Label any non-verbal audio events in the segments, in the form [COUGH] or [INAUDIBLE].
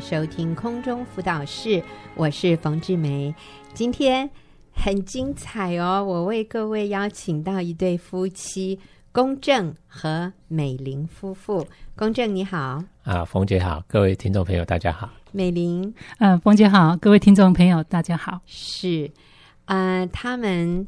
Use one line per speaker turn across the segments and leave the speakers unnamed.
收听空中辅导室，我是冯志梅。今天很精彩哦，我为各位邀请到一对夫妻公正和美玲夫妇。公正你好，
啊，冯姐好，各位听众朋友大家好。
美玲
呃，冯姐好，各位听众朋友大家好。
是，呃，他们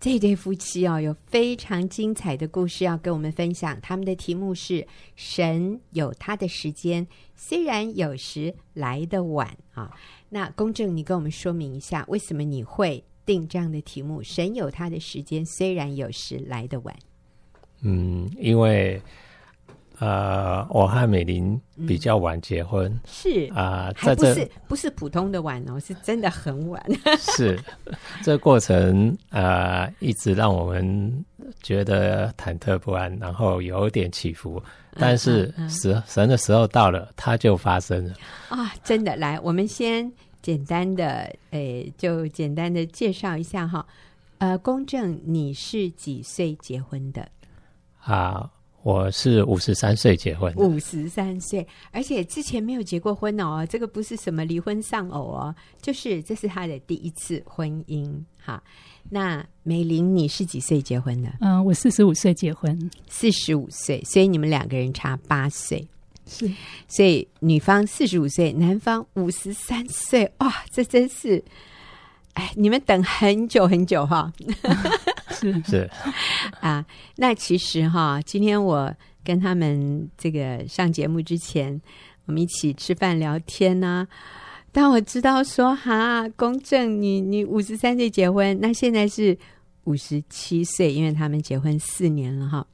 这对夫妻哦，有非常精彩的故事要跟我们分享。他们的题目是“神有他的时间，虽然有时来得晚”啊。那公正，你跟我们说明一下，为什么你会定这样的题目？“神有他的时间，虽然有时来得晚
嗯，因为呃，我和美玲比较晚结婚”，
是。
啊、
嗯还
在
不
这
是不是普通的晚哦，是真的很晚。
[LAUGHS] 是这过程呃，一直让我们觉得忐忑不安，然后有点起伏。
嗯
但是时、神的时候到了，它就发生了。
啊，真的，来，我们先简单的，诶，就简单的介绍一下哈。呃，公正，你是几岁结婚的？
啊、我是五十三岁结婚的，
五十三岁，而且之前没有结过婚哦，这个不是什么离婚丧偶哦，就是这是他的第一次婚姻哈。那梅玲，你是几岁结婚的？
嗯、我四十五岁结婚，
四十五岁，所以你们两个人差八岁。
是
所以女方四十五岁，男方五十三岁，哇，这真是，哎，你们等很久很久哈
是
是
[LAUGHS] 啊！那其实哈，今天我跟他们这个上节目之前，我们一起吃饭聊天呢、当我知道说哈，公正你你五十三岁结婚，那现在是五十七岁，因为他们结婚四年了哈。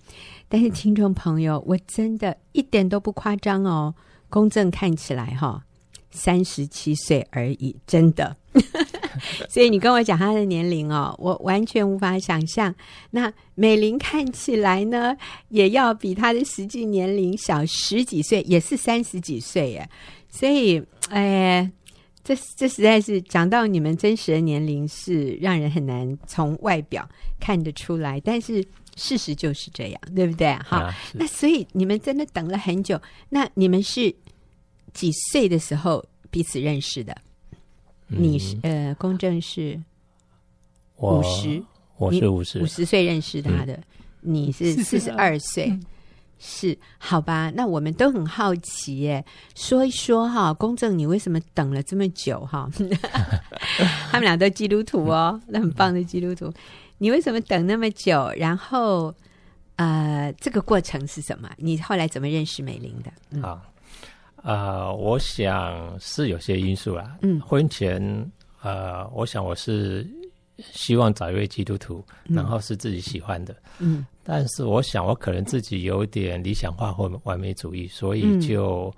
但是听众朋友，我真的一点都不夸张哦，公正看起来哈三十七岁而已，真的。 [LAUGHS] 所以你跟我讲他的年龄哦，我完全无法想象。那美玲看起来呢，也要比她的实际年龄小十几岁，也是三十几岁耶。所以，哎，这这实在是讲到你们真实的年龄，是让人很难从外表看得出来。但是事实就是这样，对不对？哈、
啊，是
那所以你们真的等了很久。那你们是几岁的时候彼此认识的？你是呃，公正是
我
五十
我
你
是五十
五，十岁认识他的，你是四十二
42
岁。
嗯
是，好吧，那我们都很好奇耶，说一说哈，公正你为什么等了这么久哈？ [LAUGHS] 他们俩都基督徒哦，那很棒的基督徒，你为什么等那么久？然后，呃，这个过程是什么？你后来怎么认识美玲的？
好，呃，我想是有些因素啦。
嗯
婚前呃，我想我是希望找一位基督徒，然后是自己喜欢的。
嗯，
但是我想我可能自己有点理想化或完美主义，所
嗯
以就、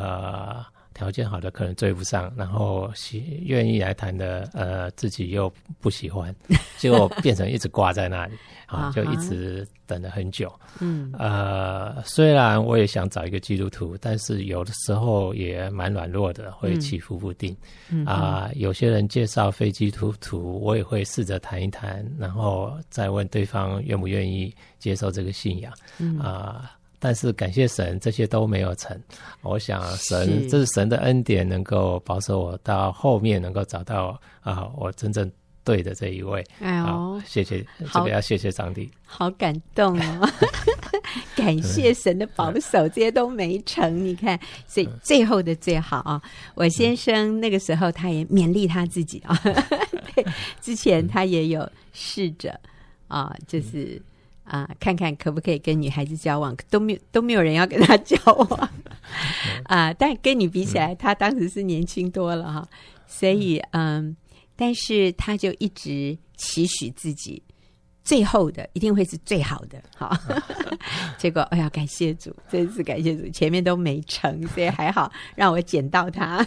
呃条件好的可能追不上，然后喜愿意来谈的呃自己又不
[LAUGHS]
喜欢，结果变成一直挂在那里
啊哈
啊，就一直等了很久。
嗯，
呃，虽然我也想找一个基督徒，但是有的时候也蛮软弱的，会起伏不定。啊、
嗯
有些人介绍非基督徒，我也会试着谈一谈，然后再问对方愿不愿意接受这个信仰。啊、
嗯
但是感谢神，这些都没有成。我想神
是
这是神的恩典，能够保守我到后面能够找到啊、我真正对的这一位。
哎
好
呦，，
谢谢，这
好
个要谢谢上帝。
好感动哦！感谢神的保守，这些都没成。你看，所以最后的最好啊，我先生那个时候他也勉励他自己啊，对，之前他也有试着啊，就是啊，看看可不可以跟女孩子交往，都没有都没有人要跟他交往啊。但跟你比起来，他当时是年轻多了哈、所以嗯，但是他就一直期许自己。最后的一定会是最好的，
[LAUGHS]
好。结果，哎呀，感谢主，真是感谢主，前面都没成，所以还好让我捡到
[LAUGHS]
他。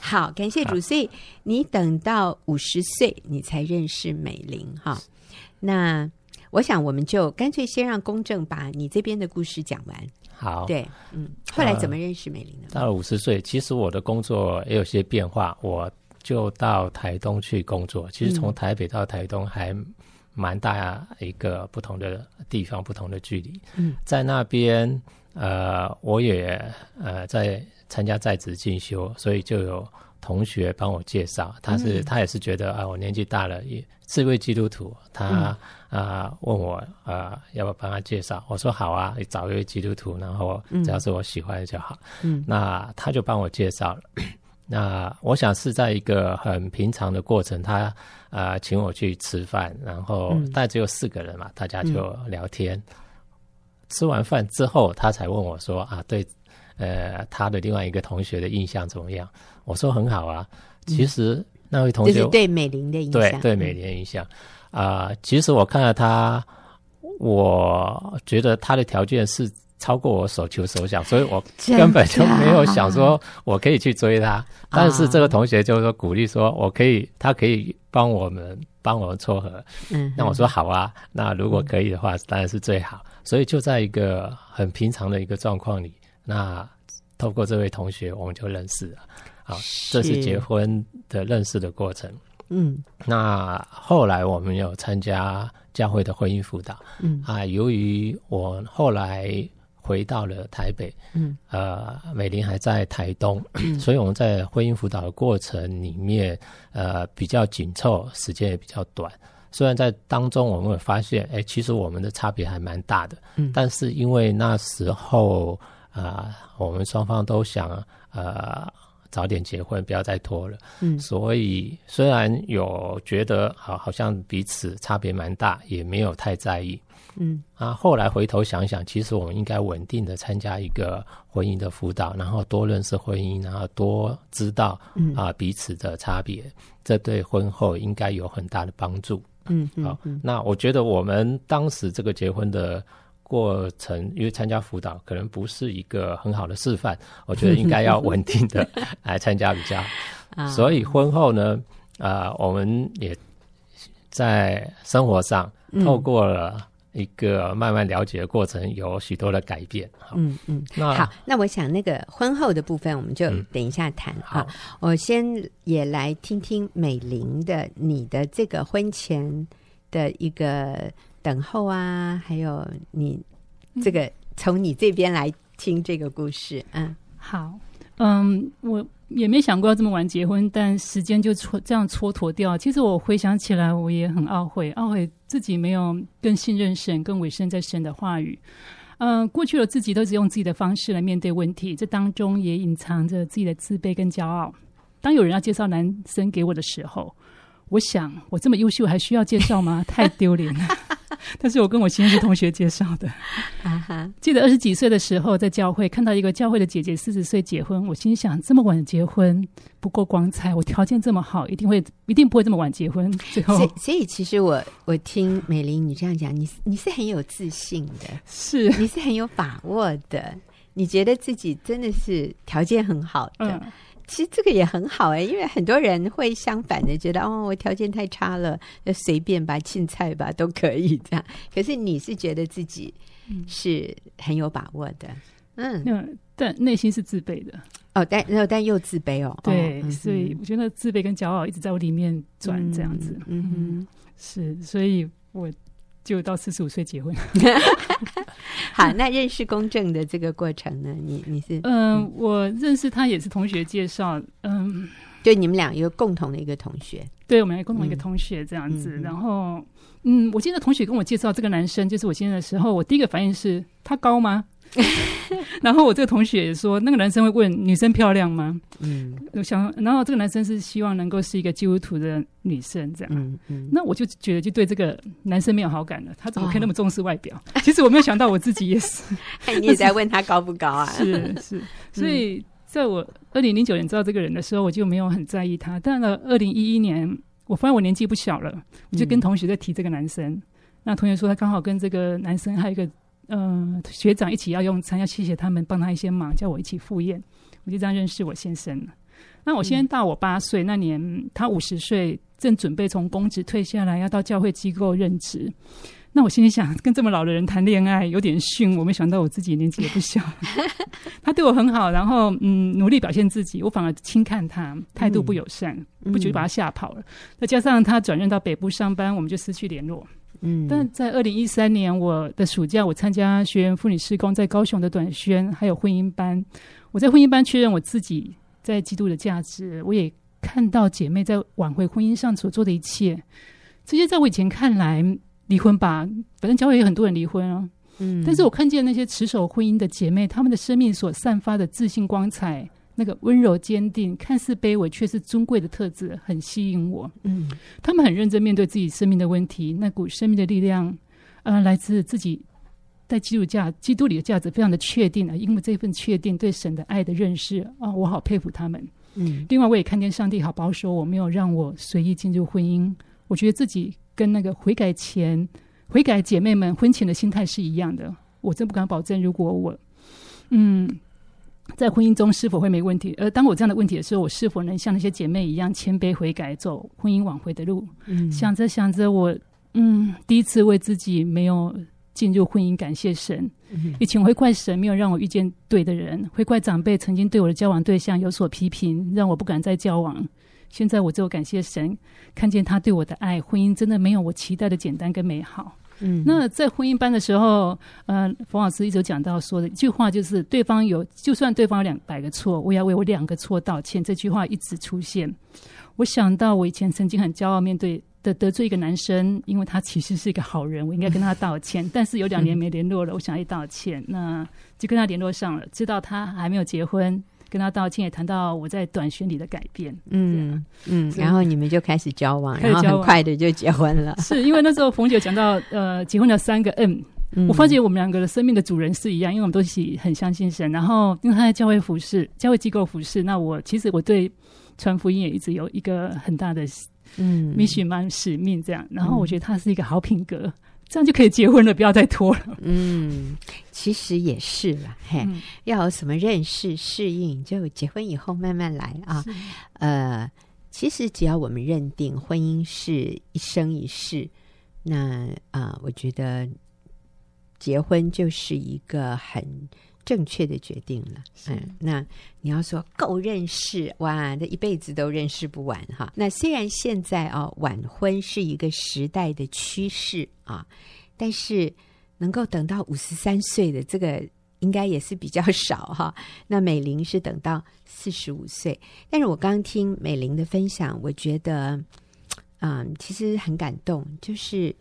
好，感谢主。所以你等到五十岁，你才认识美玲哈。那我想，我们就干脆先让公正把你这边的故事讲完。
好，
对，嗯，后来怎么认识美玲的？
到了五十岁，其实我的工作也有些变化，我就到台东去工作。其实从台北到台东还蛮大一个不同的地方，不同的距离。
嗯，
在那边，呃，我也呃在参加在职进修，所以就有同学帮我介绍，他是、他也是觉得啊，我年纪大了，也是一位基督徒，他啊、问我啊、要不要帮他介绍，我说好啊，你找一位基督徒，然后只要是我喜欢的就好。
嗯
那他就帮我介绍 [CLEARS THROAT] 了。那我想是在一个很平常的过程，他啊、呃请我去吃饭，然后
嗯
大概只有四个人嘛，大家就聊天。吃完饭之后，他才问我说啊，对，呃，他的另外一个同学的印象怎么样？我说很好啊。其实那位
嗯
同
就
学、
是对美玲的影
呃对
响，
对美联影响啊、其实我看了他，我觉得他的条件是超过我所求所想，所以我
真的啊
根本就没有想说我可以去追
[LAUGHS]
他。但是这个同学就是说鼓励说，我可以，他可以帮我们帮我们撮合。
嗯，
那我说好啊，那如果可以的话，当然是最好。所以就在一个很平常的一个状况里，那透过这位同学，我们就认识了。好，这是
是
结婚的认识的过程。
嗯
那后来我们有参加教会的婚姻辅导
嗯
啊，由于我后来回到了台北，
嗯，
呃，美玲还在
[CLEARS THROAT]
台东，所以我们在婚姻辅导的过程里面，呃，比较紧凑，时间也比较短。虽然在当中我们会发现，哎，其实我们的差别还蛮大的，
嗯
但是因为那时候啊、我们双方都想呃早点结婚，不要再拖了，
嗯
所以虽然有觉得好，好像彼此差别蛮大，也没有太在意。
嗯
啊，后来回头想想，其实我们应该稳定的参加一个婚姻的辅导，然后多认识婚姻，然后多知道
嗯
啊、彼此的差别，这对婚后应该有很大的帮助。
嗯
好
嗯嗯，
那我觉得我们当时这个结婚的过程，因为参加辅导可能不是一个很好的示范，我觉得应该要稳
[LAUGHS]
定的来参加比较好。
啊
所以婚后呢，啊，我们也在生活上
嗯
透过了一个慢慢了解的过程，有许多的改变。好，
嗯嗯。
那
好，那我想那个婚后的部分，我们就
啊嗯
等一下谈啊
好。
我先也来听听美玲的你的这个婚前的一个等候啊，还有你这个从你这边来听这个故事，嗯
好，嗯，我也没想过要这么晚结婚，但时间就蹉这样蹉跎掉。其实我回想起来，我也很懊悔，懊悔自己没有更信任神、更委身在神的话语。嗯，过去的自己都是用自己的方式来面对问题，这当中也隐藏着自己的自卑跟骄傲。当有人要介绍男生给我的时候，我想我这么优秀还需要介绍吗？太丢脸了。 [LAUGHS] 但是我跟我先是同学介绍 [LAUGHS] 的，
啊哈，
记得二十几岁的时候，在教会看到一个教会的姐姐四十岁结婚，我心想这么晚结婚不够光彩，我条件这么好，一定会一定不会这么晚结婚。最
所
后
以所以其实我我听美玲你这样讲，你你是很有自信的，
是
你是很有把握的，你觉得自己真的是条件很好的，
嗯
其实这个也很好哎、因为很多人会相反的觉得，哦，我条件太差了，就随便吧，青菜吧都可以这样。可是你是觉得自己是很有把握的，嗯，
那但内心是自卑的，
哦，但那但又自卑哦，
对，
哦嗯哼
所以我觉得自卑跟骄傲一直在我里面转，这样子、
嗯嗯
是，所以我就到四十五岁
[LAUGHS]
结婚。
哼，好，那认识公正的这个过程呢，你你是
嗯，我认识他也是同学介绍，嗯，
就你们俩有共同的一个同学，
对，我们有共同一个
嗯
同学这样子。
嗯嗯
然后，嗯，我记得同学跟我介绍这个男生，就是我现在的时候，我第一个反应是他
[LAUGHS]
高吗？然后我这个同学也说，那个男生会问女生漂亮吗？
嗯
我想，然后这个男生是希望能够是一个基督徒的女生这样。
嗯嗯，
那我就觉得就对这个男生没有好感了，他怎么可以
哦
那么重视外表？其实我没有想到我自己也是，
哎 [LAUGHS] 你也在问他高不高啊？
是是，所以在我二零零九年知道这个人的时候，我就没有很在意他。但了二零一一年，我发现我年纪不小了，我就跟同学在提这个男生。那同学说他刚好跟这个男生还有一个呃学长一起要用餐，要谢谢他们帮他一些忙，叫我一起赴宴。我就这样认识我先生了。那我先生大我八岁，那年他五十岁，正准备从公职退下来，要到教会机构任职。那我心里想， [LAUGHS] 跟这么老的人谈恋爱有点逊，我没想到我自己年纪也不小。他对我很好，然后嗯，努力表现自己，我反而轻看他，态度不友善，
嗯
不觉就把他吓跑了。再加上他转任到北部上班，我们就失去联络。
嗯，
但在二零一三年我的暑假，我参加学员妇女施工在高雄的短宣，还有婚姻班，我在婚姻班确认我自己在基督的价值，我也看到姐妹在挽回婚姻上所做的一切。这些在我以前看来，离婚吧，反正教会也有很多人离婚啊。
嗯
但是我看见那些持守婚姻的姐妹，她们的生命所散发的自信光彩，那个温柔坚定、看似卑微却是尊贵的特质，很吸引我。
嗯
她们很认真面对自己生命的问题，那股生命的力量，呃，来自自己在基督价基督里的价值非常的确定啊，因为这份确定对神的爱的认识啊、我好佩服她们。
嗯
另外，我也看见上帝好保守我，没有让我随意进入婚姻。我觉得自己跟那个悔改前、悔改姐妹们婚前的心态是一样的。我真不敢保证，如果我，嗯，在婚姻中是否会没问题。而当我这样的问题的时候，我是否能像那些姐妹一样谦卑悔改，走婚姻挽回的路？
嗯，
想着想着我，嗯，第一次为自己没有进入婚姻感谢神。
嗯
以前我会怪神没有让我遇见对的人，会怪长辈曾经对我的交往对象有所批评，让我不敢再交往。现在我只有感谢神，看见他对我的爱，婚姻真的没有我期待的简单跟美好。
嗯
那在婚姻班的时候，呃，冯老师一直有讲到说的一句话就是，对方有就算对方有两百个错，我也要为我两个错道歉。这句话一直出现，我想到我以前曾经很骄傲面对的得罪一个男生，因为他其实是一个好人，我应该跟他道歉。但是有两年没联络了，我想要道歉，那就跟他联络上了，知道他还没有结婚，跟他道歉，也谈到我在短宣里的改变。
嗯嗯，
是
然后你们就开始交往，
开始
然后
交
很
往
快的就结婚了。
是因为那时候冯姐讲到，呃，结婚的三个 M，
嗯
我发觉我们两个的生命的主人是一样，因为我们都是很相信神。然后，因为他在教会服侍、教会机构服侍，那我其实我对传福音也一直有一个很大的
嗯
mission 嘛、使命这样。然后我觉得他是一个好品格，这样就可以结婚了，不要再拖了。
嗯，其实也是啦，嘿，
嗯
要有什么认识适应，就结婚以后慢慢来啊。
是
呃，其实只要我们认定婚姻是一生一世，那啊、呃我觉得结婚就是一个很正确的决定了。嗯，那你要说够认识哇，这一辈子都认识不完哈。那虽然现在啊、晚婚是一个时代的趋势啊，但是能够等到五十三岁的这个。应该也是比较少哈，那美玲是等到四十五岁，但是我刚听美玲的分享，我觉得，嗯，其实很感动，就是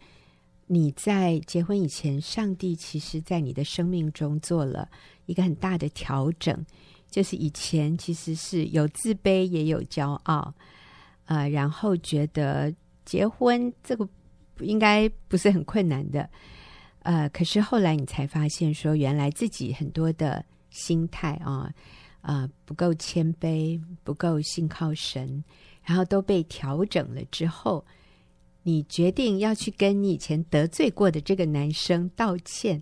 你在结婚以前，上帝其实在你的生命中做了一个很大的调整，就是以前其实是有自卑也有骄傲，呃，然后觉得结婚这个应该不是很困难的，呃，可是后来你才发现说，原来自己很多的心态啊。呃，不够谦卑，不够信靠神，然后都被调整了之后，你决定要去跟你以前得罪过的这个男生道歉。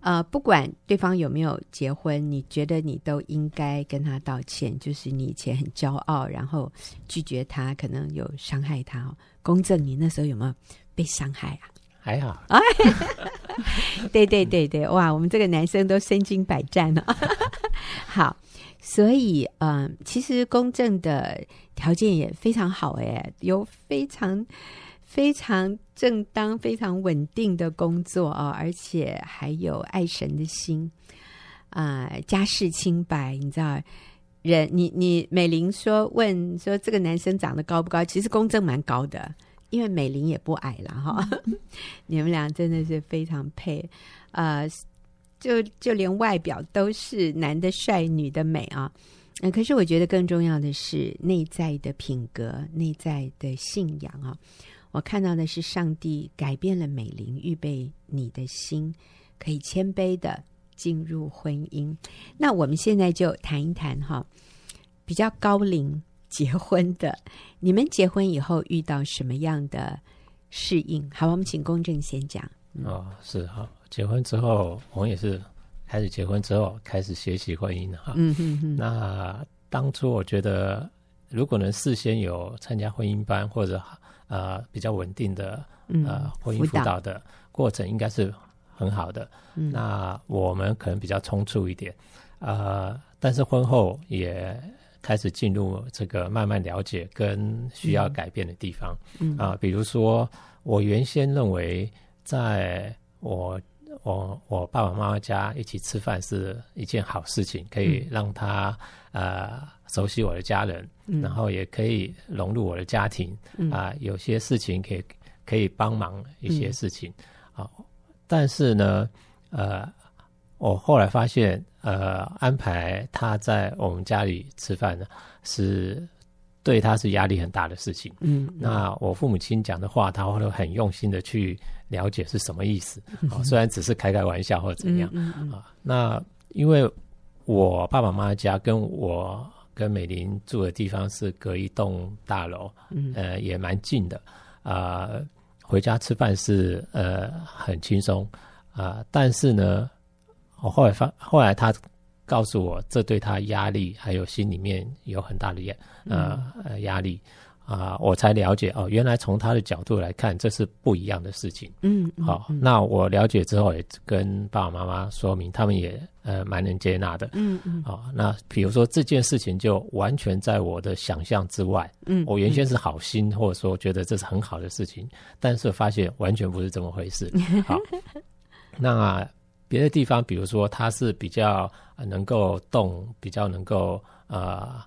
呃，不管对方有没有结婚，你觉得你都应该跟他道歉。就是你以前很骄傲，然后拒绝他，可能有伤害他、哦。公正，你那时候有没有被伤害啊？
还好，
对对对对，哇，我们这个男生都身经百战了。 [LAUGHS] 好，所以嗯、呃其实公正的条件也非常好哎，有非常非常正当、非常稳定的工作啊、而且还有爱神的心啊、家世清白，你知道。人，你你美玲说问说这个男生长得高不高？其实公正蛮高的，因为美玲也不矮了哈。 [LAUGHS] 你们俩真的是非常配，呃，就就连外表都是男的帅，女的美啊。嗯，可是我觉得更重要的是内在的品格、内在的信仰啊。我看到的是上帝改变了美玲，预备你的心，可以谦卑的进入婚姻。那我们现在就谈一谈哈，比较高龄结婚的，你们结婚以后遇到什么样的适应？好，我们请公正先讲。
哦，是哈、结婚之后，我们也是开始结婚之后开始学习婚姻了哈、
嗯哼哼，
那当初我觉得，如果能事先有参加婚姻班或者呃比较稳定的呃
嗯，
婚姻辅导的过程，应该是很好的。
嗯
那我们可能比较冲促一点，呃，但是婚后也开始进入这个慢慢了解跟需要改变的地方。啊
嗯
啊、比如说我原先认为在我我我爸爸妈妈家一起吃饭是一件好事情，可以让他、呃熟悉我的家人，
嗯
然后也可以融入我的家庭
嗯
啊、有些事情可以可以帮忙一些
嗯
事情啊、但是呢，呃，我后来发现，呃，安排他在我们家里吃饭呢，是对他是压力很大的事情。
嗯，
那我父母亲讲的话，他会很用心的去了解是什么意思。哦，虽然只是开开玩笑或者怎样、
嗯嗯
啊。那因为我爸爸妈妈家跟我跟美玲住的地方是隔一栋大楼，
嗯
呃，也蛮近的。啊、回家吃饭是呃很轻松啊、但是呢，我后来发，后来他告诉我，这对他压力还有心里面有很大的压呃呃压力啊、我才了解哦，原来从他的角度来看，这是不一样的事情。
嗯，嗯
好、那我了解之后也跟爸爸妈妈说明，他们也呃蛮能接纳的。
嗯嗯
好、那比如说这件事情就完全在我的想象之外，
嗯，
我原先是好心，或者说觉得这是很好的事情，但是发现完全不是这么
[LAUGHS]
回事。好，那别的地方，比如说他是比较呃能够动，比较能够呃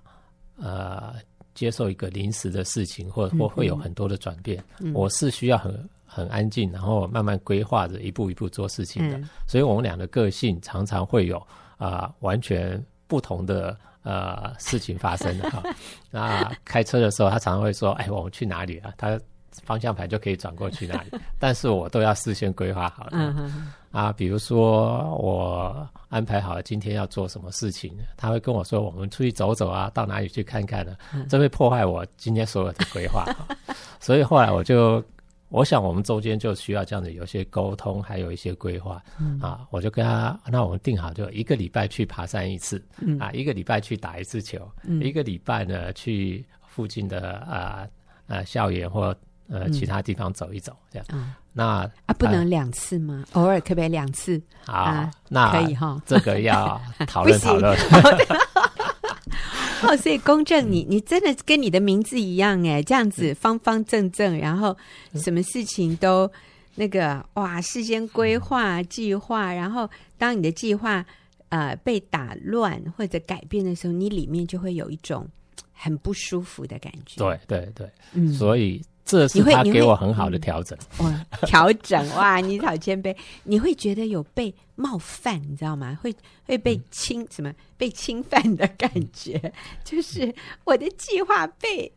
呃接受一个临时的事情，或
嗯
或会有很多的转变。我是需要很很安静，然后慢慢规划着一步一步做事情的。
嗯
所以我们俩的个性常常会有啊、完全不同的呃事情发生的哈。那开车的时候，他常常会说：“哎，我们去哪里啊？”他方向盘就可以转过去那里，但是我都要事先规划好了。
嗯嗯
啊，比如说我安排好今天要做什么事情，他会跟我说我们出去走走啊，到哪里去看看呢、
嗯
这会破坏我今天所有的规划、 [LAUGHS] 啊所以后来我就，我想我们中间就需要这样的有些沟通，还有一些规划、
嗯
啊。我就跟他，那我们定好就一个礼拜去爬山一次，
嗯
啊，一个礼拜去打一次球，一个礼拜呢去附近的啊呃校园或呃其他地方走一走，这样。
嗯
那
啊，不
哎
能两次吗？偶尔可不可以两次？
好，
啊
那。
可以哈
这个要讨论
[LAUGHS] 不行
讨论。
哦，所以公正
嗯
你，你真的跟你的名字一样哎，这样子方方正正，然后
嗯
什么事情都那个哇，事先规
嗯
划计划，然后当你的计划呃被打乱或者改变的时候，你里面就会有一种很不舒服的感觉。
对对对，
嗯，
所以这是
你会
他
你
给
会
我很好的调整。
哇， [LAUGHS] 调整哇，你好谦卑，你会觉得有被冒犯，你知道吗？会会
嗯
被侵、什么被侵犯的感觉， [LAUGHS] 就是我的计划被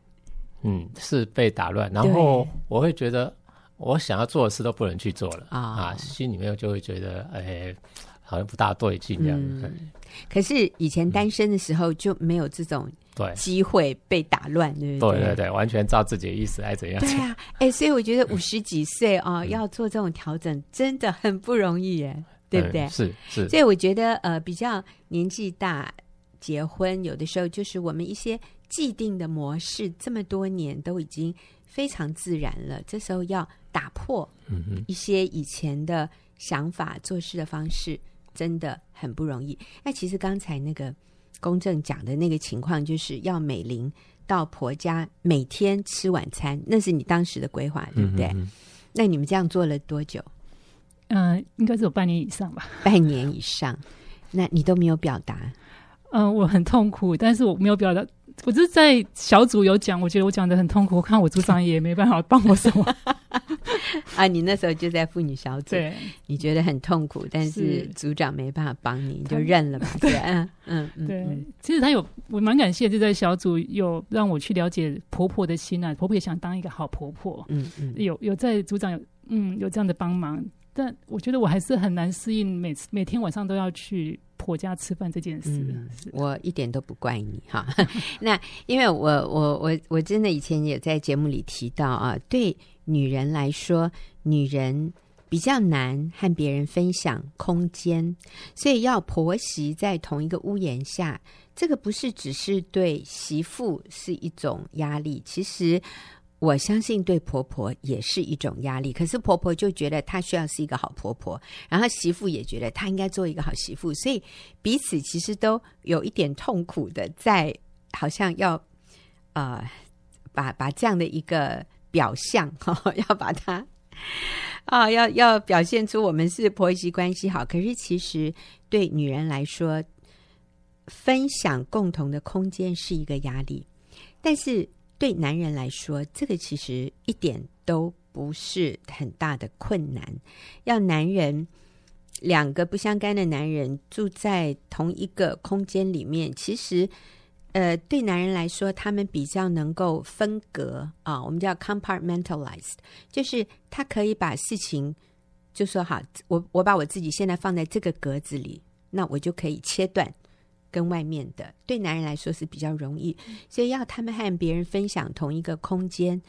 嗯，是被打乱，然后我会觉得我想要做的事都不能去做了
啊
啊，心里面就会觉得哎，好像不大对劲这样。嗯
可是以前单身的时候就没有这种
对
机会被打乱，对不
对对对，完全照自己的意思爱怎样
对啊，哎、所以我觉得五十几岁哦，
嗯
要做这种调整真的很不容易耶，对不对？
嗯是是，
所以我觉得呃，比较年纪大结婚，有的时候就是呃我们一些既定的模式，这么多年都已经非常自然了。这时候要打破
嗯嗯。
一些以前的想法、做事的方式，真的很不容易。那其实刚才那个公正讲的那个情况，就是要美玲到婆家每天吃晚餐，那是你当时的规划，对不对？
嗯
那你们这样做了多久？ [COUGHS]
嗯、应该是有半年以上吧。
半年以上，那你都没有表达。
嗯、我很痛苦，但是我没有表达，我只是在小组有讲，我觉得我讲的很痛苦，我看我组长也没办法帮我什么。
啊，你那时候就在妇女小组，
对，
你觉得很痛苦，但是
是
组长没办法帮你，你就
他
认
[LAUGHS]
了吧。对，嗯嗯嗯，
对，
嗯
其实他有，我蛮感谢这在小组有让我去了解婆婆的心啊，婆婆也想当一个好婆婆，
嗯嗯
有有在组长有嗯有这样的帮忙，但我觉得我还是很难适应每次每天晚上都要去婆家吃饭这件事。
嗯
是
我一点都不怪你哈。 [LAUGHS] 那因为我我我我真的以前也在节目里提到啊，对女人来说，女人比较难和别人分享空间，所以要婆媳在同一个屋檐下，这个不是只是对媳妇是一种压力，其实。我相信对婆婆也是一种压力，可是婆婆就觉得她需要是一个好婆婆，然后媳妇也觉得她应该做一个好媳妇，所以彼此其实都有一点痛苦的，在好像要 [LAUGHS] 呃把把这样的一个表象哈、要把它啊，要要表现出我们是婆媳关系好，可是其实对女人来说，分享共同的空间是一个压力，但是对男人来说，这个其实一点都不是很大的困难。要男人两个不相干的男人住在同一个空间里面，其实。呃，对男人来说，他们比较能够分隔啊，我们叫 compartmentalized，就是他可以把事情就说好，我我把我自己现在放在这个格子里，那我就可以切断跟外面的。对男人来说是比较容易，所以要他们和别人分享同一个空间，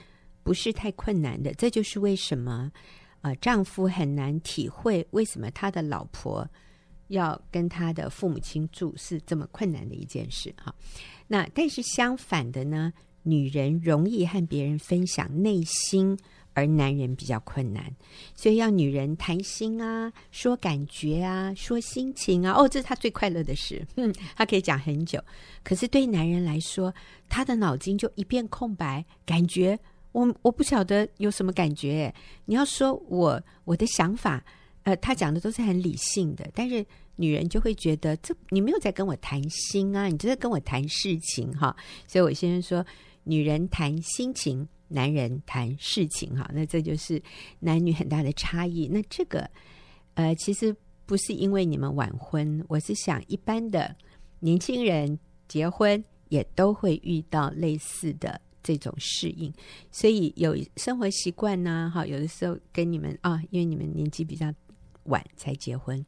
不是太困难的。这就是为什么呃，丈夫很难体会为什么他的老婆要跟他的父母亲住是这么困难的一件事哈。那但是相反的呢，女人容易和别人分享内心，而男人比较困难。所以要女人谈心啊，说感觉啊，说心情啊，哦，这是她最快乐的事，嗯，她可以讲很久。可是对男人来说，他的脑筋就一片空白，感觉我我不晓得有什么感觉耶。你要说我我的想法，呃，他讲的都是很理性的，但是女人就会觉得这你没有在跟我谈心啊，你就在跟我谈事情哈。所以我先生说，女人谈心情，男人谈事情哈。那这就是男女很大的差异。那这个呃，其实不是因为你们晚婚，我是想一般的年轻人结婚也都会遇到类似的。这种适应，所以有生活习惯呐、哈，有的时候跟你们啊、因为你们年纪比较晚才结婚，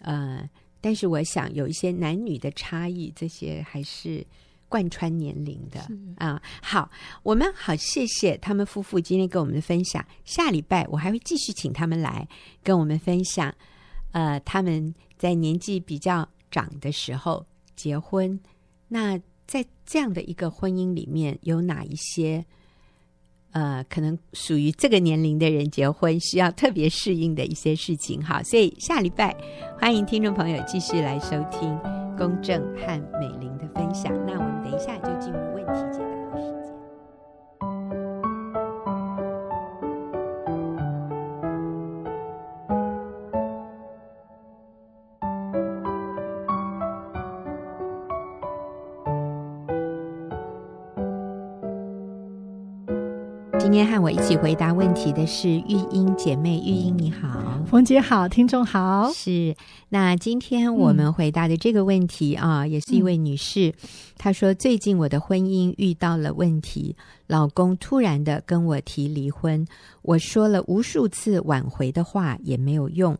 呃，但是我想有一些男女的差异，这些还是贯穿年龄的啊。好，我们好，谢谢他们夫妇今天跟我们的分享。下礼拜我还会继续请他们来跟我们分享，呃，他们在年纪比较长的时候结婚，那在这样的一个婚姻里面有哪一些？呃，可能属于这个年龄的人结婚需要特别适应的一些事情。好，所以下礼拜欢迎听众朋友继续来收听公正和美玲的分享。那我们等一下就进入问题解答的时间。今天和我一起回答问题的是玉英姐妹，玉英你好。
冯姐好，听众好，
是，那今天我们回答的这个问题啊，也是一位女士，她说最近我的婚姻遇到了问题，老公突然的跟我提离婚，我说了无数次挽回的话也没有用，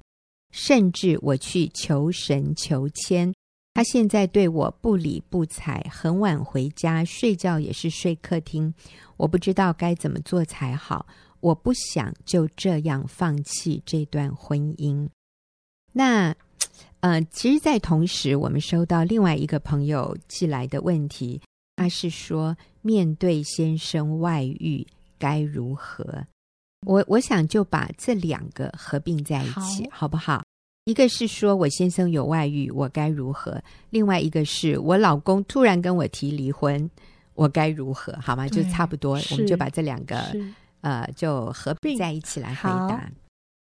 甚至我去求神求签，他现在对我不理不睬，很晚回家，睡觉也是睡客厅，我不知道该怎么做才好。我不想就这样放弃这段婚姻。那，呃，其实，在同时，我们收到另外一个朋友寄来的问题，他是说，面对先生外遇该如何？我我想就把这两个合并在一起，好不好？一个是说我先生有外遇，我该如何？另外一个是我老公突然跟我提离婚，我该如何？好吗？就
对
差不多，我们
是
就把这两个
是
呃，就合并在一起来回
好
答。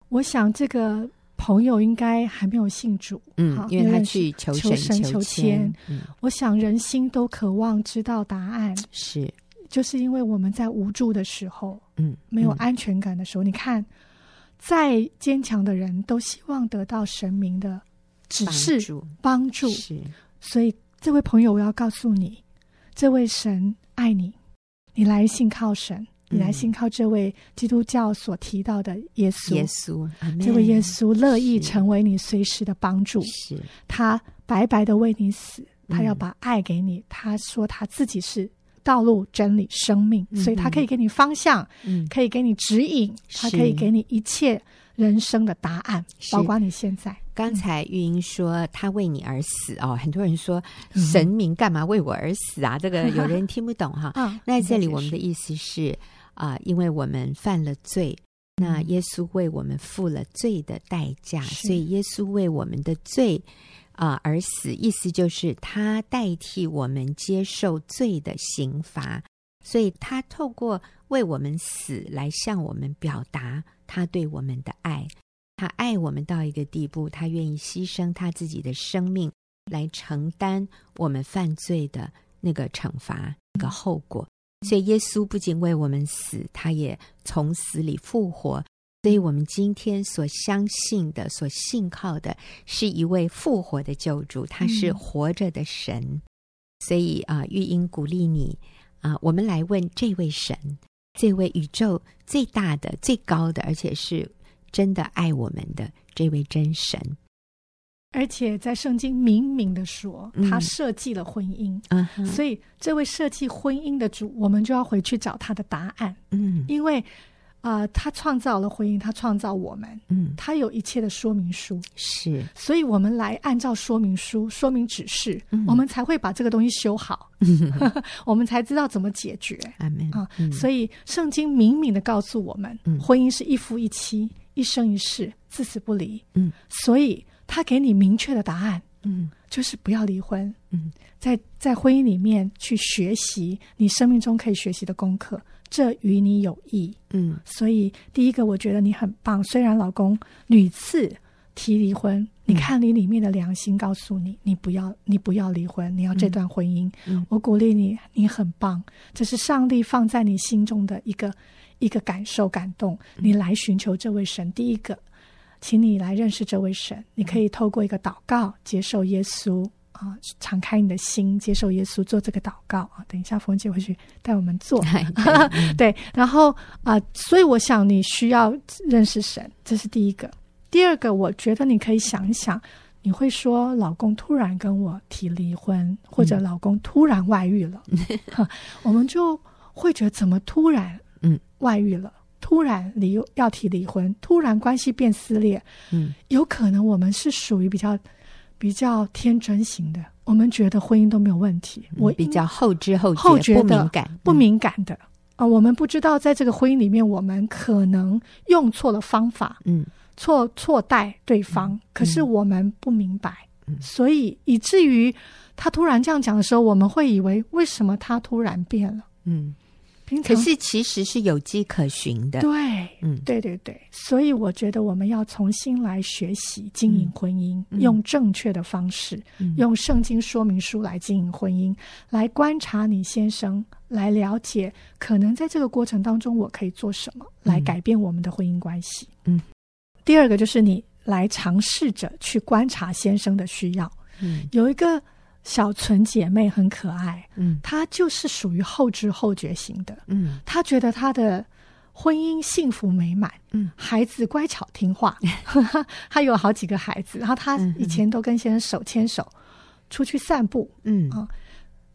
我想这个朋友应该还没有信主，
嗯
好，
因为他
认识
去求
求
神
神求
签
签，
嗯，
我想人心都渴望知道答案，
是，
就是因为我们在无助的时候，
嗯，
没有
嗯，
安全感的时候，你看，再坚强的人都希望得到神明的指
帮
示
助
帮助，
是，
所以这位朋友，我要告诉你，这位神爱你，你来信靠神，你来
嗯
信靠这位基督教所提到的耶稣。
耶稣，
这位耶
Amen
稣乐意
是
成为你随时的帮助，
是，
他白白的为你死，他要
嗯
把爱给你。他说他自己是道路、真理、生命，所以
嗯
他
哼
可以给你方向，
嗯，
可以给你指引，他
是
可以给你一切人生的答案，
是
包括嗯你现在。
刚才玉英说他为你而死哦，很多人说
嗯
神明干嘛为我而死啊？这个有人听不懂哈。
啊，
那
你
这
再
里
解
我们的
释
意思是啊，因为我们犯了罪，那耶稣为我们付了罪的代价，
是
所以耶稣为我们的罪啊、而死，意思就是他代替我们接受罪的刑罚，所以他透过为我们死来向我们表达。他对我们的爱，他爱我们到一个地步，他愿意牺牲他自己的生命来承担我们犯罪的那个惩罚、那个后果。所以，耶稣不仅为我们死，他也从死里复活。所以，我们今天所相信的、所信靠的，是一位复活的救主，他是
嗯
活着的神。所以啊，玉英鼓励你啊，我们来问这位神，这位宇宙最大的、最高的，而且是真的爱我们的这位真神
而且在圣经明明的说
嗯，
他设计了婚姻，
啊哈，
所以这位设计婚姻的主，我们就要回去找他的答案，
嗯
因为，呃，他创造了婚姻，他创造我们，
嗯，
他有一切的说明书，
是，
所以我们来按照说明书、说明指示，
嗯
我们才会把这个东西修好， [LAUGHS] 我们才知道怎么解决。
阿门
啊
嗯
所以圣经明明的告诉我们，
嗯
婚姻是一夫一妻，一生一世，至死不离。
嗯，
所以他给你明确的答案，
嗯
就是不要离婚。
嗯，
在在婚姻里面去学习你生命中可以学习的功课，这与你有益。
嗯
所以第一个，我觉得你很棒。虽然老公屡次提离婚，你看你里面的良心告诉你，你不要，你不要离婚，你要这段婚姻。
嗯
我鼓励你，你很棒，这是上帝放在你心中的一个一个感受、感动。你来寻求这位神，第一个，请你来认识这位神。你可以透过一个祷告，接受耶稣。啊，敞开你的心，接受耶稣，做这个祷告啊！等一下，冯姐会去带我们做。 [LAUGHS] 对，然后啊、所以我想你需要认识神，这是第一个。第二个，我觉得你可以想一想，你会说老公突然跟我提离婚，或者
嗯
老公突然外遇了，哈我们就会觉得怎么突然
嗯
外遇了，突然离要提离婚，突然关系变撕裂，
嗯
有可能我们是属于比较比较天真型的，我们觉得婚姻都没有问题，我
嗯比
应
较后知后觉，
后觉
不
的
敏感，
不
嗯
敏感的啊、我们不知道在这个婚姻里面，我们可能用错了方法，
嗯
错错待对方，可是我们不明白，
嗯
所以以至于他突然这样讲的时候，我们会以为为什么他突然变了？
嗯，
平常
可是其实是有迹可循的，
对。
嗯
对对对，所以我觉得我们要重新来学习经营婚姻，
嗯
用正确的方式，
嗯
用圣经说明书来经营婚姻，来观察你先生，来了解可能在这个过程当中我可以做什么，来
嗯
改变我们的婚姻关系。
嗯，
第二个就是你来尝试着去观察先生的需要。
嗯
有一个小纯姐妹很可爱，
嗯
她就是属于后知后觉型的，
嗯
她觉得她的婚姻幸福美满。
嗯
孩子乖巧听
[LAUGHS]
话，她有好几个孩子，然后她
嗯哼
以前都跟先生手牵手出去散步，
嗯
啊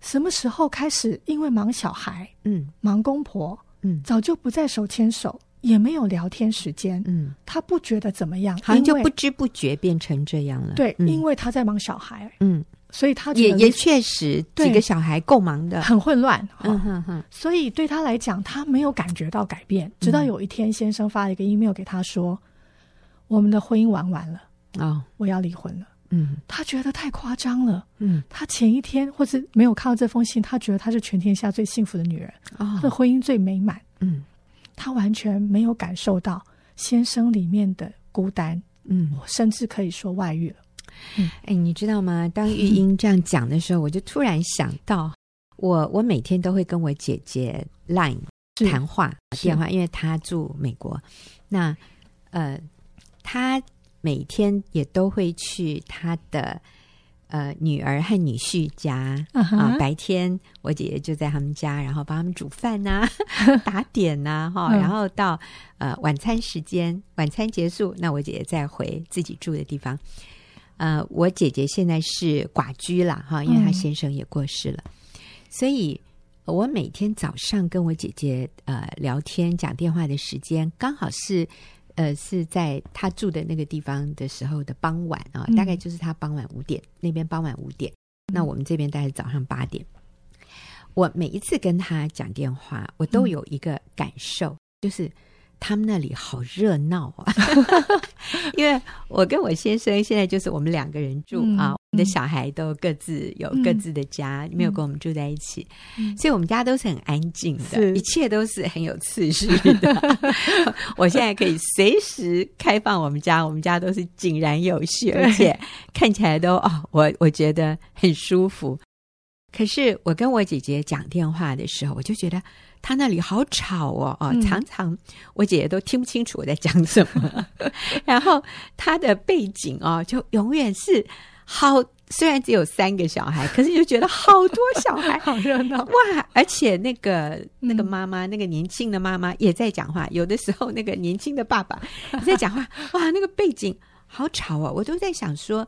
什么时候开始？因为忙小孩、
嗯
忙公婆，
嗯
早就不再手牵手，也没有聊天时间。
嗯，
他不觉得怎么样，
好像就
因
不
为
知不觉变成这样了，
对，
嗯
因为他在忙小孩，
嗯，
所以他觉
也
得
也啊确实几
对
个小孩够忙的，
很混乱。哈
嗯哼哼，
所以对他来讲，他没有感觉到改
嗯
变。直到有一天，先生发了一个 email 给他说：“我们的婚姻玩完了，
哦，
我要离婚了。
嗯”
他觉得太夸张了。
嗯
他前一天或是没有看到这封信，他觉得她是全天下最幸福的女人，她的
哦，
婚姻最美满。
嗯
他完全没有感受到先生里面的孤单，
嗯。
甚至可以说外遇了。
哎，你知道吗？当
[LAUGHS]
玉英这样讲的时候，我就突然想到，我我每天都会跟我姐姐 Line
是
谈话
是
电话，因为她住美国。那呃，她每天也都会去她的呃女儿和女婿家。
啊
啊、
哈，
白天我姐姐就在他们家，然后帮他们煮饭呐、
[LAUGHS]
打点呐、哈、
嗯
然后到呃晚餐时间，晚餐结束，那我姐姐再回自己住的地方。呃，我姐姐现在是寡居啦，哈，因为她
嗯
先生也过世了，所以我每天早上跟我姐姐呃聊天、讲电话的时间，刚好是呃是在她住的那个地方的时候的傍晚啊、
嗯
大概就是她傍晚五点那边傍晚五点，那我们这边大概是早上八点。
嗯
我每一次跟她讲电话，我都有一个感受，就是他们那里好热闹
[LAUGHS]
啊！因为我跟我先生现在就是我们两个人住、
嗯
啊，我们的
嗯
小孩都各自有
嗯
各自的家，没有跟我们住在一起，
嗯
所以我们家都是很安静的，
是
一切都是很有次序的。
[LAUGHS]
我现在可以随时开放我们家，我们家都是井然有序，
对
而且看起来都哦，我我觉得很舒服。可是我跟我姐姐讲电话的时候，我就觉得她那里好吵哦，哦，
嗯，
常常我姐姐都听不清楚我在讲什么，然后她的背景哦，就永远是好，虽然只有三个小孩，可是你就觉得好多小孩
好热 [LAUGHS] 闹，
哇！而且那个那个
嗯
妈妈，那个年轻的妈妈也在讲话，有的时候那个年轻的爸爸也在讲话，哇，那个背景好吵啊！我都在想说，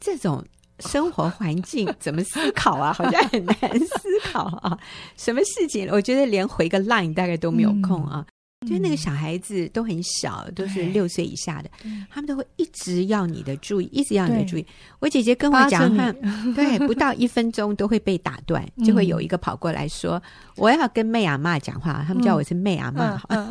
这种生活环境怎么思考啊？好像很难思考啊！什么事情，我觉得连回个 line 大概都没有空啊。
嗯
就是那个小孩子都很小，都是
对
六岁以下的
对，
他们都会一直要你的注意，一直要你的
对
注意。我姐姐跟我
巴着
讲
你
话，
[LAUGHS]
对，不到一分钟都会被打断，就会
嗯
有一个跑过来说：“我要跟妹阿妈讲话。”他们叫我是妹啊阿妈，
嗯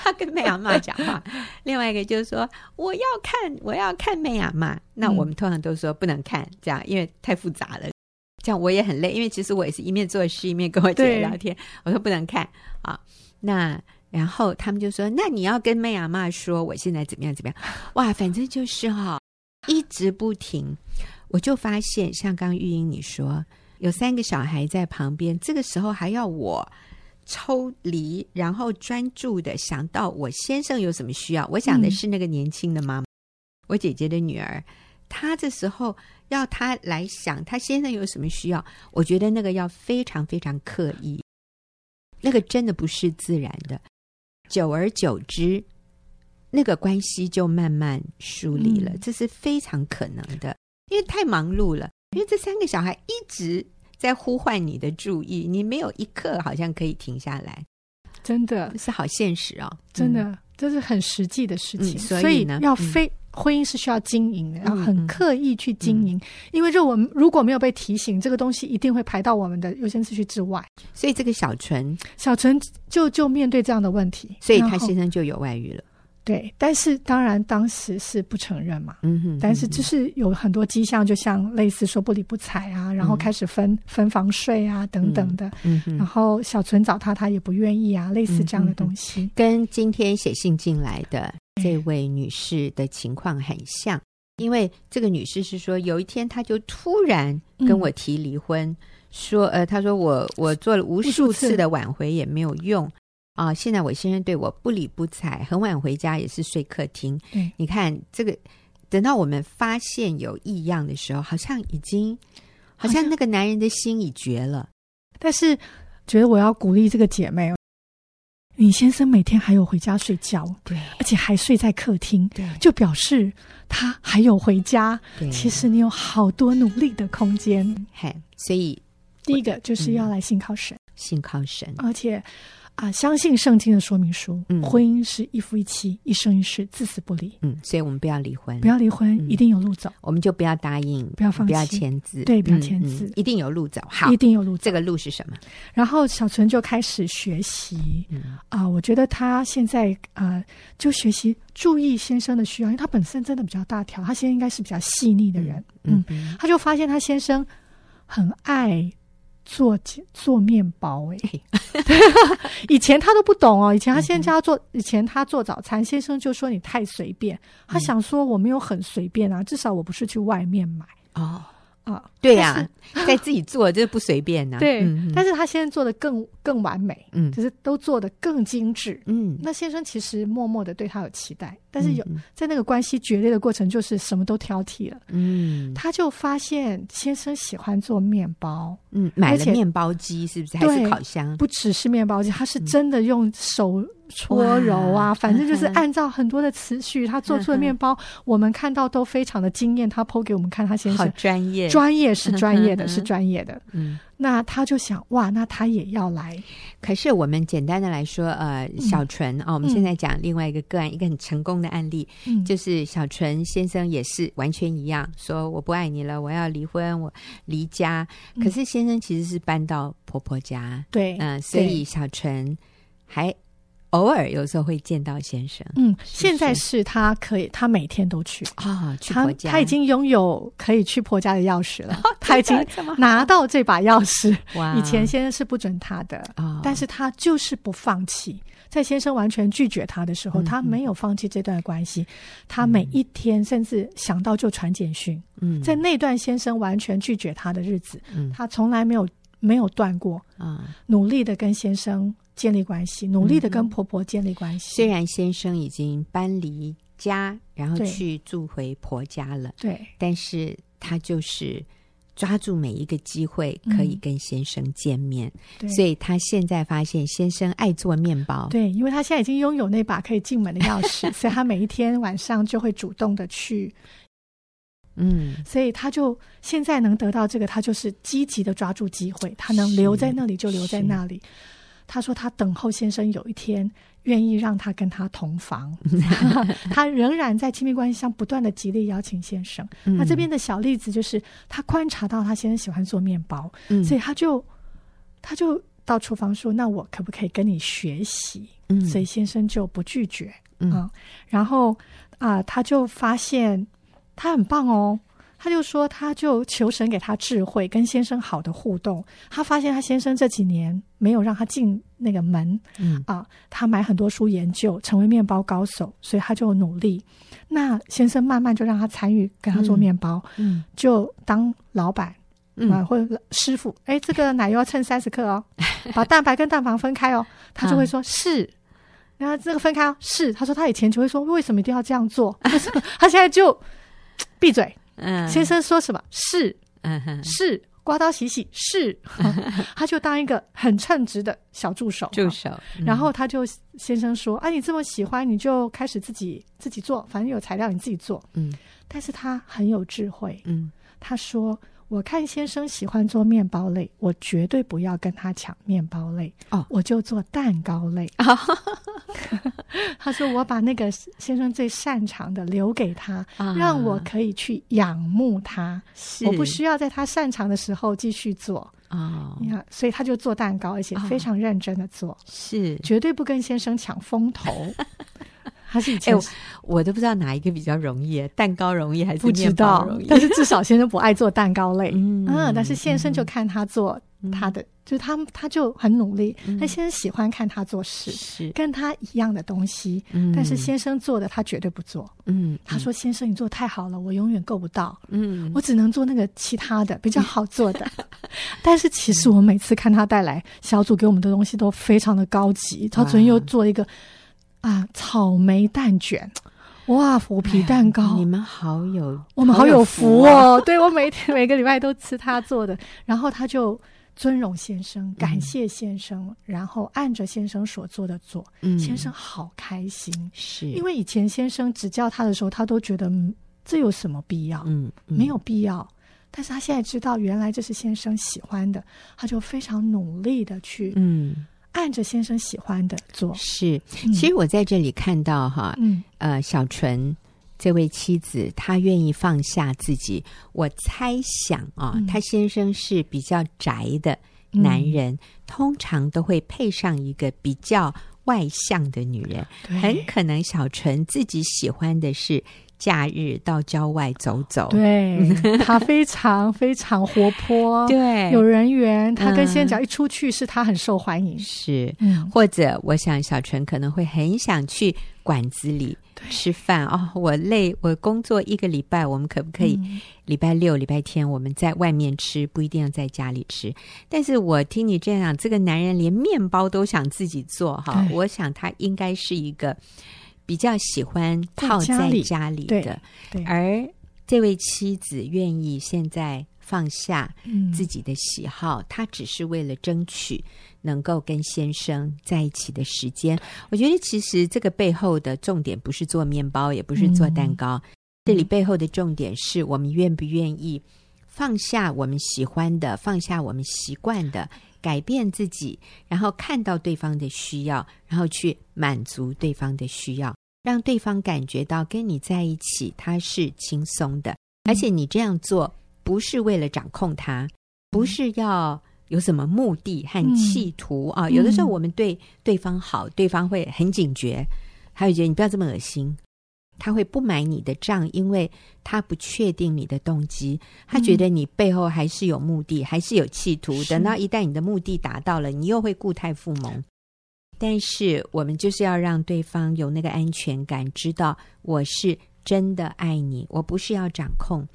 他跟妹阿妈讲话。另外一个就是说：“我要看，我要看妹阿妈。”那
嗯
我们通常都说不能看，这样因为太复杂了。这样我也很累，因为其实我也是一面做事一面跟我姐姐
对
聊天。我说不能看啊，那。然后他们就说：“那你要跟妹阿妈说我现在怎么样怎么样？”哇，反正就是哈、 [LAUGHS] 一直不停。我就发现，像刚玉英你说，有三个小孩在旁边，这个时候还要我抽离，然后专注的想到我先生有什么需要。我想的是那个年轻的妈妈，我姐姐的女儿，她这时候要她来想她先生有什么需要，我觉得那个要非常非常刻意，那个真的不是自然的。久而久之，那个关系就慢慢疏离了，
嗯
这是非常可能的。因为太忙碌了，因为这三个小孩一直在呼唤你的注意，你没有一刻好像可以停下来，
真的
这是好现实哦，
真的，这是很实际的事情，
嗯所以
所以
呢
要
嗯
非。婚姻是需要经营的，要
嗯
很刻意去经营，因为如果我们如果没有被提醒，这个东西一定会排到我们的优先次序之外。
嗯所以这个小纯，
小陈就就面对这样的问题，
所以
然
他
后
先生就有外遇了，
对，但是当然当时是不承认嘛，
嗯哼，
但是就是有很多迹象，就像类似说不理不睬啊，然后
嗯
开始分、分房睡啊等等的，
嗯
然
哼。
后小纯找他，他也不愿意啊，类似这样的东西。
跟今天写信进来的
嗯
这位女士的情况很像，因为这个女士是说，有一天她就突然跟我提离婚，
嗯
说呃，她说我我做了无数
无数
次
次
的挽回也没有用啊、现在我先生对我不理不睬，很晚回家也是睡客厅。
对
你看这个，等到我们发现有异样的时候，好像已经好
好
像
像
那个男人的心已绝了。
但是觉得我要鼓励这个姐妹，你先生每天还有回家睡觉，
对
而且还睡在客厅，
对，
就表示他还有回家。
对
其实你有好多努力的空间。
嘿，所以
第一个就是要来信靠神，
信靠神。
而且啊、相信圣经的说明书，
嗯
婚姻是一夫一妻，一生一世，至死不离。
嗯，所以我们不要离婚，
不要离婚，
嗯
一定有路走，
我们就不要答应，
不要放
不
弃
要签字，
对不要
嗯
签字
嗯一定有路走。好
一，定有路走。
这个路是什么？
然后小纯就开始学习，
嗯
啊、我觉得他现在呃，就学习注意先生的需要，因为他本身真的比较大条，他现在应该是比较细腻的人，
嗯
嗯
嗯，
他就发现他先生很爱做做面包、欸，
嘿
[LAUGHS] 以前他都不懂哦，以前他现
嗯哼
在叫他做，以前他做早餐，先生就说你太随便，他
嗯
想说我没有很随便啊，至少我不是去外面买
哦，
啊，
对
但
呀、[LAUGHS]
是
在自己做这不随便呐、
对，
嗯
但是他现在做的更更完美，
嗯
就是都做的更精致。
嗯，
那先生其实默默的对他有期待，但是有、
嗯
在那个关系决裂的过程，就是什么都挑剔了。
嗯
他就发现先生喜欢做面包，
嗯，买了
而且
面包机是不是还是
对
烤箱？
不只是面包机，他是
嗯
真的用手搓揉
哇
啊，反正就是
嗯哼
按照很多的词序，他做出的面包，我们看到都非常的惊艳。他剖给我们看，他先
嗯好
生
专业，
专业是专业
嗯
的，
哼
是专业的。
嗯。
那他就想，哇，那他也要来，
可是我们简单的来说，呃，
嗯
小纯啊、我们现在讲另外一个个案，一个很成功的案例，
嗯，
就是小纯先生也是完全一样，说我不爱你了，我要离婚，我离家。
嗯
可是先生其实是搬到婆婆家，呃
对，
嗯、所以小纯还偶尔有时候会见到先生
嗯，现在是他可以，他每天都去，
啊、去
他
婆家，哦
他已经拥有可以去婆家的钥匙了，他已经
这么好啊
拿到这把钥匙。
哇
以前先生是不准他的，
啊，
但是他就是不放弃。在先生完全拒绝他的时候，
嗯
他
嗯
没有放弃这段关系，他每一天甚至想到就传简讯。
嗯
在那段先生完全拒绝他的日子，
嗯
他从来没有没有断过，
啊，
努力的跟先生建立关系，努力的
嗯
跟婆婆建立关系。
虽然先生已经搬离家，然后
对
去住回婆家了，
对，
但是他就是抓住每一个机会
嗯
可以跟先生见面，
对
所以他现在发现先生爱做面包，
对，因为他现在已经拥有那把可以进门的钥
[LAUGHS]
匙，所以他每一天晚上就会主动的去，
嗯，
所以他就现在能得到这个，他就是积极的抓住机会，他能
是
留在那里就留在
是
那里。他说他等候先生有一天愿意让他跟他同
[LAUGHS]
房，他仍然在亲密关系上不断的极力邀请先生。
嗯
那这边，的小例子就是他观察到他先生喜欢做面包，
嗯
所以他就他就到厨房说：“那我可不可以跟你学习？”
嗯
所以先生就不拒绝。
嗯
啊然后啊、他就发现他很棒哦，他就说他就求神给他智慧，跟先生好的互动。他发现他先生这几年没有让他进那个门
嗯
啊，他买很多书研究，成为面包高手，所以他就努力。那先生慢慢就让他参与，跟他做
嗯
面包，
嗯
就当老板。啊，
嗯
或者师傅，哎，这个奶油要称三十克
[LAUGHS]
哦，把蛋白跟蛋黄分开哦，他就会
啊
说是。然后这个分开哦，是。他说他以前就会说为什么一定要这样做， [LAUGHS] 为什么他现在就闭嘴。
嗯，
先生说什么是
嗯哼
是，刮刀洗洗
[LAUGHS]
是，他就当一个很称职的小助手。
助手，
然后他就先生说：“啊，你这么喜欢，你就开始自己自己做，反正有材料你自己做。
嗯”
但是他很有智慧，
嗯
他说：“我看先生喜欢做面包类，我绝对不要跟他抢面包类，
哦
我就做蛋糕类。
[LAUGHS]
[LAUGHS] 他说：“我把那个先生最擅长的留给他，
啊
让我可以去仰慕他，
是
我不需要在他擅长的时候继续做。
哦啊
你，看，所以他就做蛋糕，而且非常认真的做，
是
绝对不跟先生抢风
[LAUGHS]
头。他是以
哎
前
我我都不知道哪一个比较容易，蛋糕容易还是
不知
面包
道
容易？，
但是至少先生不爱做蛋糕类。”
嗯
嗯，但是先生就看他做他的，就是他他就很努力，
嗯
那先生喜欢看他做事，
是，
跟他一样的东西，
嗯
但是先生做的他绝对不做。
嗯，
他说：“先生，你做得太好了，我永远够不到，
嗯，
我只能做那个其他的比较好做
[LAUGHS]
的。”但是其
嗯
实我每次看他带来小组给我们的东西都非常的高级。他昨天又做一个啊草莓蛋卷，哇，虎皮蛋
哎
糕，
你们好有，
我们好有福
好有
哦！ [LAUGHS] 对我每天每个礼拜都吃他做的，然后他就尊荣先生，
嗯
感谢先生，然后按着先生所做的做，
嗯
先生好开心。
是
因
为
为以前先生指教他的时候，他都觉得、嗯、这有什么必要，
嗯嗯
没有必要。但是他现在知道，原来这是先生喜欢的，他就非常努力的去
嗯
按着先生喜欢的做。
是，
嗯
其实我在这里看到哈，
嗯，
呃，小纯。这位妻子，她愿意放下自己。我猜想啊、
嗯
她先生是比较宅的
嗯
男人，通常都会配上一个比较外向的女人。
对
很可能小纯自己喜欢的是假日到郊外走走， [LAUGHS]
对他非常非常活泼，
对
有人缘，他
嗯
跟先生只要一出去，是他很受欢迎。
是。
嗯，
或者，我想小纯可能会很想去馆子里吃饭哦。我累，我工作一个礼拜，我们可不可以
嗯
礼拜六、礼拜天我们在外面吃，不一定要在家里吃？但是我听你这样，这个男人连面包都想自己做哈，
对
我想他应该是一个比较喜欢
在
泡
家
在
里
家里
对
的。
对，
而这位妻子愿意现在放下
嗯
自己的喜好，她只是为了争取能够跟先生在一起的时间。我觉得其实这个背后的重点不是做面包，也不是做蛋糕，这里背后的重点是我们愿不愿意放下我们喜欢的，放下我们习惯的。改变自己，然后看到对方的需要，然后去满足对方的需要。让对方感觉到跟你在一起他是轻松的，而且你这样做不是为了掌控他，不是要有什么目的和企图啊、有的时候我们对对方好，对方会很警觉，他会觉得你不要这么恶心，他会不买你的账，因为他不确定你的动机，他觉得你背后还是有目的，还是有企图。
是
等到一旦你的目的达到了，你又会固态复萌。但是我们就是要让对方有那个安全感，知道我是真的爱你，我不是要掌控，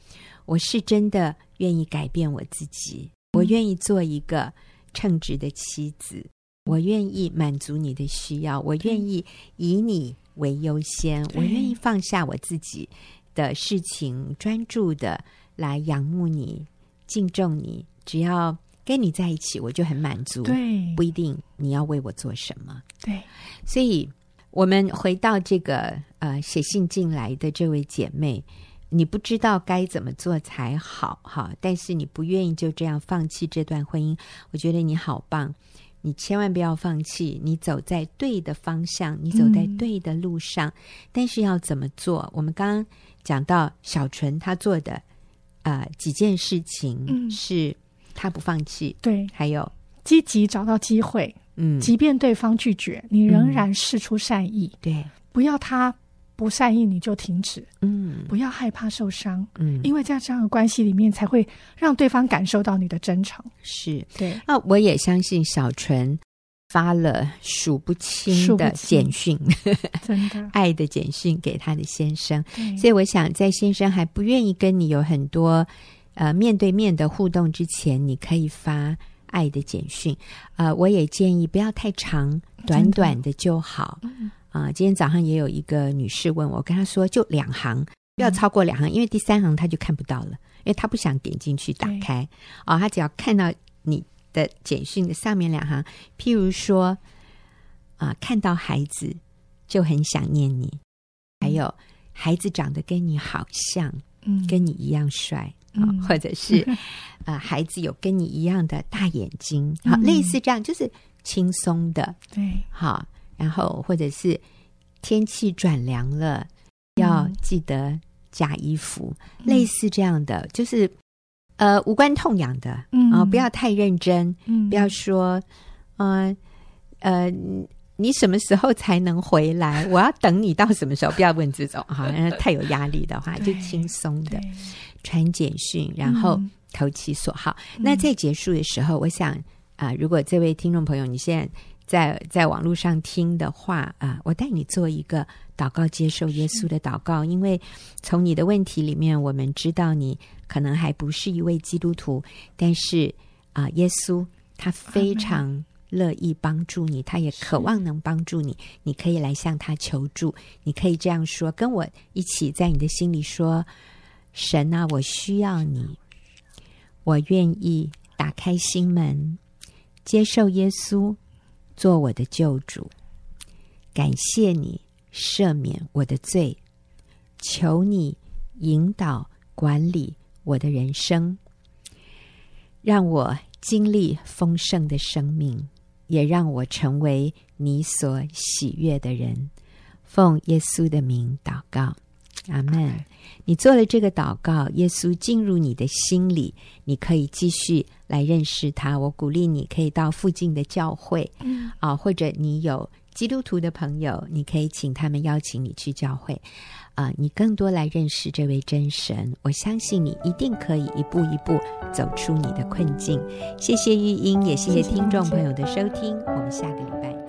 我是真的愿意改变我自己，
嗯
我愿意做一个称职的妻子，我愿意满足你的需要，我愿意以你为优先，我
对
愿意放下我自己的事情，专注的来仰慕你、敬重你，只要跟你在一起，我就很满足。
对
不一定你要为我做什么。
对，
所以，我们回到这个呃写信进来的这位姐妹，你不知道该怎么做才好哈，但是你不愿意就这样放弃这段婚姻，我觉得你好棒。你千万不要放弃，你走在对的方向，你走在
嗯
对的路上。但是要怎么做？我们刚刚讲到小纯她做的呃几件事情
嗯
是她不放弃，
对，
还有
积极找到机会，
嗯，
即便对方拒绝，你仍然试出善意，
对，
不要他不善意你就停止，
嗯
不要害怕受伤，
嗯，
因为在这样的关系里面，才会让对方感受到你的真诚。
是
对，
那我也相信小纯发了数不清
数不
的
清
简
[LAUGHS]
讯，[LAUGHS]
真的，
爱的简讯给她的哎先生。
对
所以我想，在先生还不愿意跟你有很多呃面对面的互动之前，你可以发爱的简讯。呃，我也建议不要太长，短
真的
短的就好。
嗯
啊、今天早上也有一个女士问我，跟她说就两行，不要超过两行，因为第三行她就看不到了，因为她不想点进去打
对
开。哦，她只要看到你的简讯的上面两行，譬如说啊、看到孩子就很想念你，还有孩子长得跟你好像，
嗯
跟你一样帅。啊
嗯，
或者
[LAUGHS]
是，呃，孩子有跟你一样的大眼睛，好，
嗯
类似这样，就是轻松的，
对
好，然后或者是天气转凉了，要
嗯
记得加衣服，类似这样的，就是呃无关痛痒的啊、
嗯
不要太认真，
嗯
不要说，呃呃，你你什么时候才能回来？我要等你到什么时候？不要问这种
[LAUGHS]
哈，那太有压力的话，就
对
轻松的
对
传简讯，然后
嗯
投其所好。那
嗯
在结束的时候，我想啊、如果这位听众朋友你现在在在网络上听的话啊、我带你做一个祷告，接受耶稣的祷告，因为从你的问题里面，我们知道你可能还不是一位基督徒，但是啊、耶稣他非常。乐意帮助你，他也渴望能帮助你。你可以来向他求助，你可以这样说：跟我一起在你的心里说，神啊，我需要你，我愿意打开心门，接受耶稣做我的救主。感谢你赦免我的罪，求你引导管理我的人生，让我经历丰盛的生命，也让我成为你所喜悦的人。奉耶稣的名祷告，阿门。你做了这个祷告，耶稣进入你的心里，你可以继续来认识他。我鼓励你可以到附近的教会，
嗯
啊，或者你有基督徒的朋友，你可以请他们邀请你去教会，啊，你更多来认识这位真神。我相信你一定可以一步一步走出你的困境。谢谢玉英，也谢谢
谢谢
听众
梦姐
朋友的收听，我们下个礼拜见。